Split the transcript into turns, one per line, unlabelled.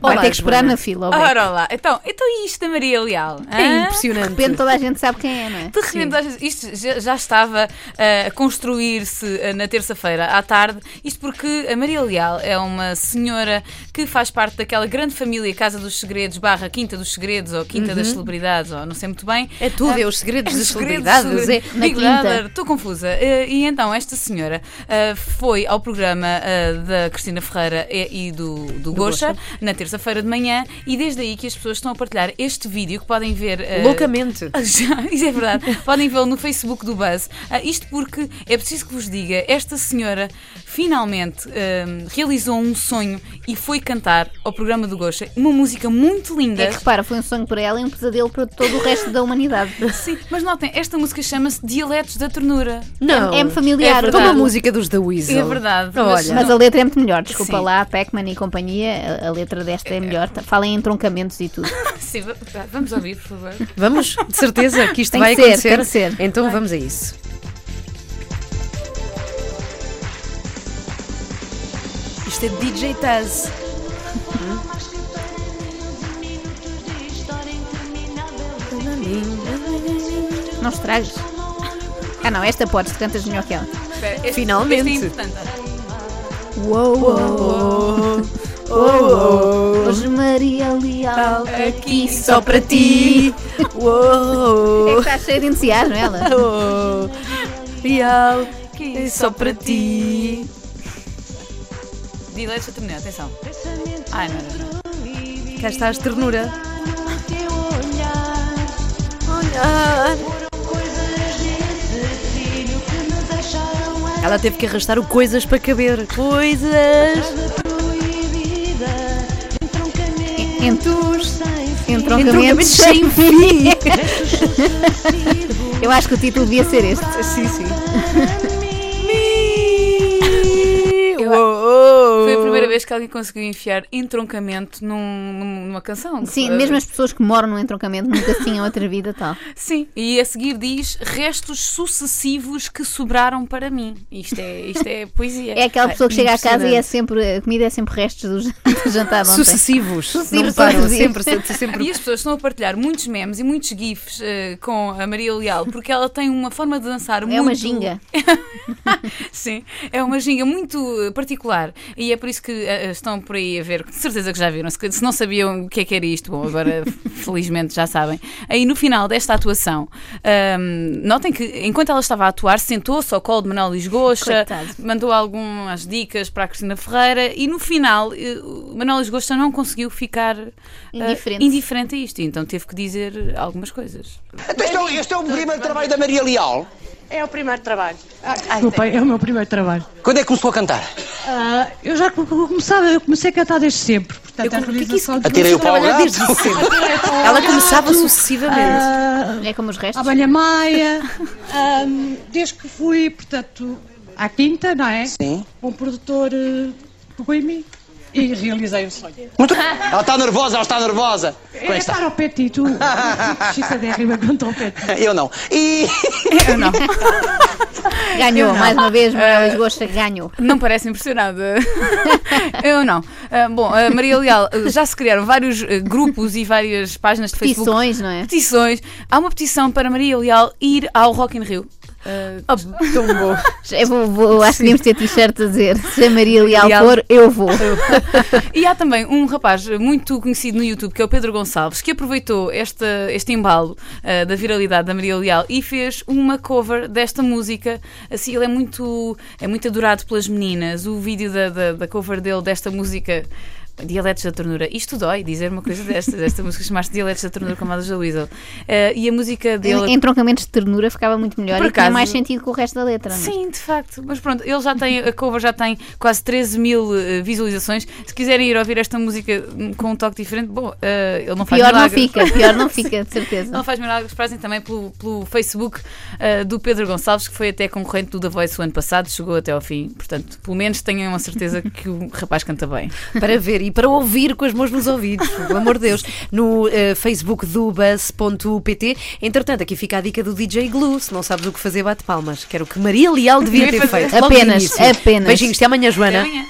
Vai
Olá,
ter que esperar
Joana.
na fila. ou bem.
Ora lá, então, então e isto da Maria Leal?
É
hã?
impressionante. De repente toda a gente sabe quem é, não é?
De repente, às vezes, isto já, já estava ah, a construir-se ah, na terça-feira à tarde, isto porque a Maria Leal é uma senhora que faz parte daquela grande família Casa dos Segredos, barra Quinta dos Segredos, ou Quinta
Uhum.
das Celebridades, ou não sei muito bem.
É tudo, é os segredos das celebridades. É,
na
Big
quinta.
Brother, estou confusa. Eh, E então, esta senhora eh, foi ao programa eh, da Cristina Ferreira e, e do, do, Gocha, na terça-feira de manhã, e desde aí que as pessoas estão a partilhar este vídeo que podem ver. eh,
loucamente.
já, isso é verdade. Podem vê-lo no Facebook do Buzz. Ah, isto porque é preciso que vos diga: esta senhora finalmente ahm, realizou um sonho e foi cantar ao programa do Gocha uma música muito linda.
É que repara, foi um sonho para ela e um pesadelo para todo o resto da humanidade.
Sim, mas notem, esta música chama-se Dialetos da Ternura.
Não.
É- é-me familiar,
É
verdade.
uma música dos The Weasel.
É verdade, mas-
Olha.
Mas a letra é muito melhor, desculpa
Sim.
lá, Pac-Man e companhia, a- a letra desta é melhor. Falem em troncamentos e tudo.
Sim, va- va- vamos ouvir, por favor.
Vamos, de certeza que isto
Tem
vai
que ser,
acontecer.
tem que ser.
Então vamos a isso. Isto é DJ Taz.
Então
mais que tenho de minutos de história interminável.
Não estragues. Ah não, esta podes, cantas melhor que ela.
Espera, este-
Finalmente.
este é importante.
Uou, uou, uou. Hoje Maria Leal,
É.
É
Aqui
só para ti. É que
Uou,
está cheia de entusiasmo ela.
uou, real, é só para ti.
Dialetos da Ternura, atenção. Ai, não, não, não.
Cá estás, ternura. Ela teve que arrastar o coisas para caber. Coisas!
Entus,
Entroncamentos
entroncamentos
sem
sem
fim!
Eu acho que o título devia ser este.
sim, sim.
Foi a primeira vez que alguém conseguiu enfiar entroncamento num- num- numa canção.
Sim,
Ah,
mesmo as pessoas que moram no entroncamento nunca tinham outra vida tal.
Sim, e a seguir diz restos sucessivos que sobraram para mim. Isto é, isto é poesia.
É aquela pessoa que
Ah,
chega à casa e é
impressionante.
sempre, a comida é sempre restos do jan- do jantar de ontem.
Sucessivos. Não
Sucessivos,
param,
sucessivos.
sempre, sempre, sempre.
E as pessoas estão a partilhar muitos memes e muitos gifs eh, com a Maria Leal, porque ela tem uma forma de dançar muito.
É uma ginga.
Sim, é uma ginga muito eh, particular. E é por isso que eh, estão por aí a ver, de certeza que já viram. Se se não sabiam o que é que era isto, bom, agora felizmente já sabem. Aí no final desta atuação, ahm, notem que enquanto ela estava a atuar, sentou-se ao colo de Manuel Lisgocha,
Coitado.
mandou algumas dicas para a Cristina Ferreira e no final eh, o Manuel Lisgocha não conseguiu ficar eh,
Indiferente.
indiferente a isto. E Então teve que dizer algumas coisas.
Então, Este é, o- este é o primeiro trabalho da Maria Leal.
É o primeiro trabalho.
Meu pai, é o meu primeiro trabalho.
Quando é que começou a cantar?
Ah, eu já co- co- começava, eu comecei a cantar desde sempre. Portanto, a realização de
Atirei o pau ao gato.
é Ela começava
Ah,
sucessivamente.
É como os restos.
Ah,
à Banha Maia, ahm, desde que fui, portanto, à quinta, não é?
Sim.
Com Um produtor eh, pegou em mim e realizei o sonho.
Muito... Ela está nervosa, ela está nervosa. Como é
é
que está?
estar ao pé de ti, tu, Xista Derriba, quanto ao pé de ti.
Eu não. E
Eu É não,
Ganhou, mais uma
É.
vez, Manuel Lisgocha ganhou.
Não parece impressionada. Eu não. Ah, bom, a Maria Leal, ah, já se criaram vários ah, grupos e várias páginas de Facebook.
Petições, não é?
Petições. Há uma petição para Maria Leal ir ao Rock in Rio. Ah,
Tão bom.
Eu vou, vou- acho que devíamos ter t-shirt a dizer se a Maria Leal
Leal.
for, eu vou.
e há também um rapaz muito conhecido no YouTube, que é o Pedro Gonçalves, que aproveitou esta, este embalo ah, da viralidade da Maria Leal e fez uma cover desta música. Assim, ele é muito, é muito adorado pelas meninas. O vídeo da, da, da cover dele desta música. Dialetos da Ternura. Isto dói, dizer uma coisa destas. Esta música chamaste Dialetos da Ternura com a da Weasel. Ah, e a música dele.
Em troncamentos de ternura ficava muito melhor
Por
e tinha
acaso-
mais sentido com o resto da letra. não é?
Sim, de facto. Mas pronto, ele já tem, a cover já tem quase 13 mil eh, visualizações. Se quiserem ir ouvir esta música hum, com um toque diferente, bom, eh, ele não faz
Pior não
milagres.
fica, pior não fica, de certeza.
Não faz milagres, fazem também pelo, pelo Facebook eh, do Pedro Gonçalves, que foi até concorrente do The Voice o ano passado, chegou até ao fim. Portanto, pelo menos tenham a certeza que o rapaz canta bem.
Para ver e para ouvir com as mãos nos ouvidos, pelo amor de Deus, no eh, Facebook dubas.pt. Entretanto, aqui fica a dica do DJ Glue. Se não sabes o que fazer, bate palmas. Que era o que Maria Leal devia
Devia
ter
fazer.
feito. logo de
Apenas,
início.
apenas.
Beijinhos, até amanhã, Joana.
amanhã.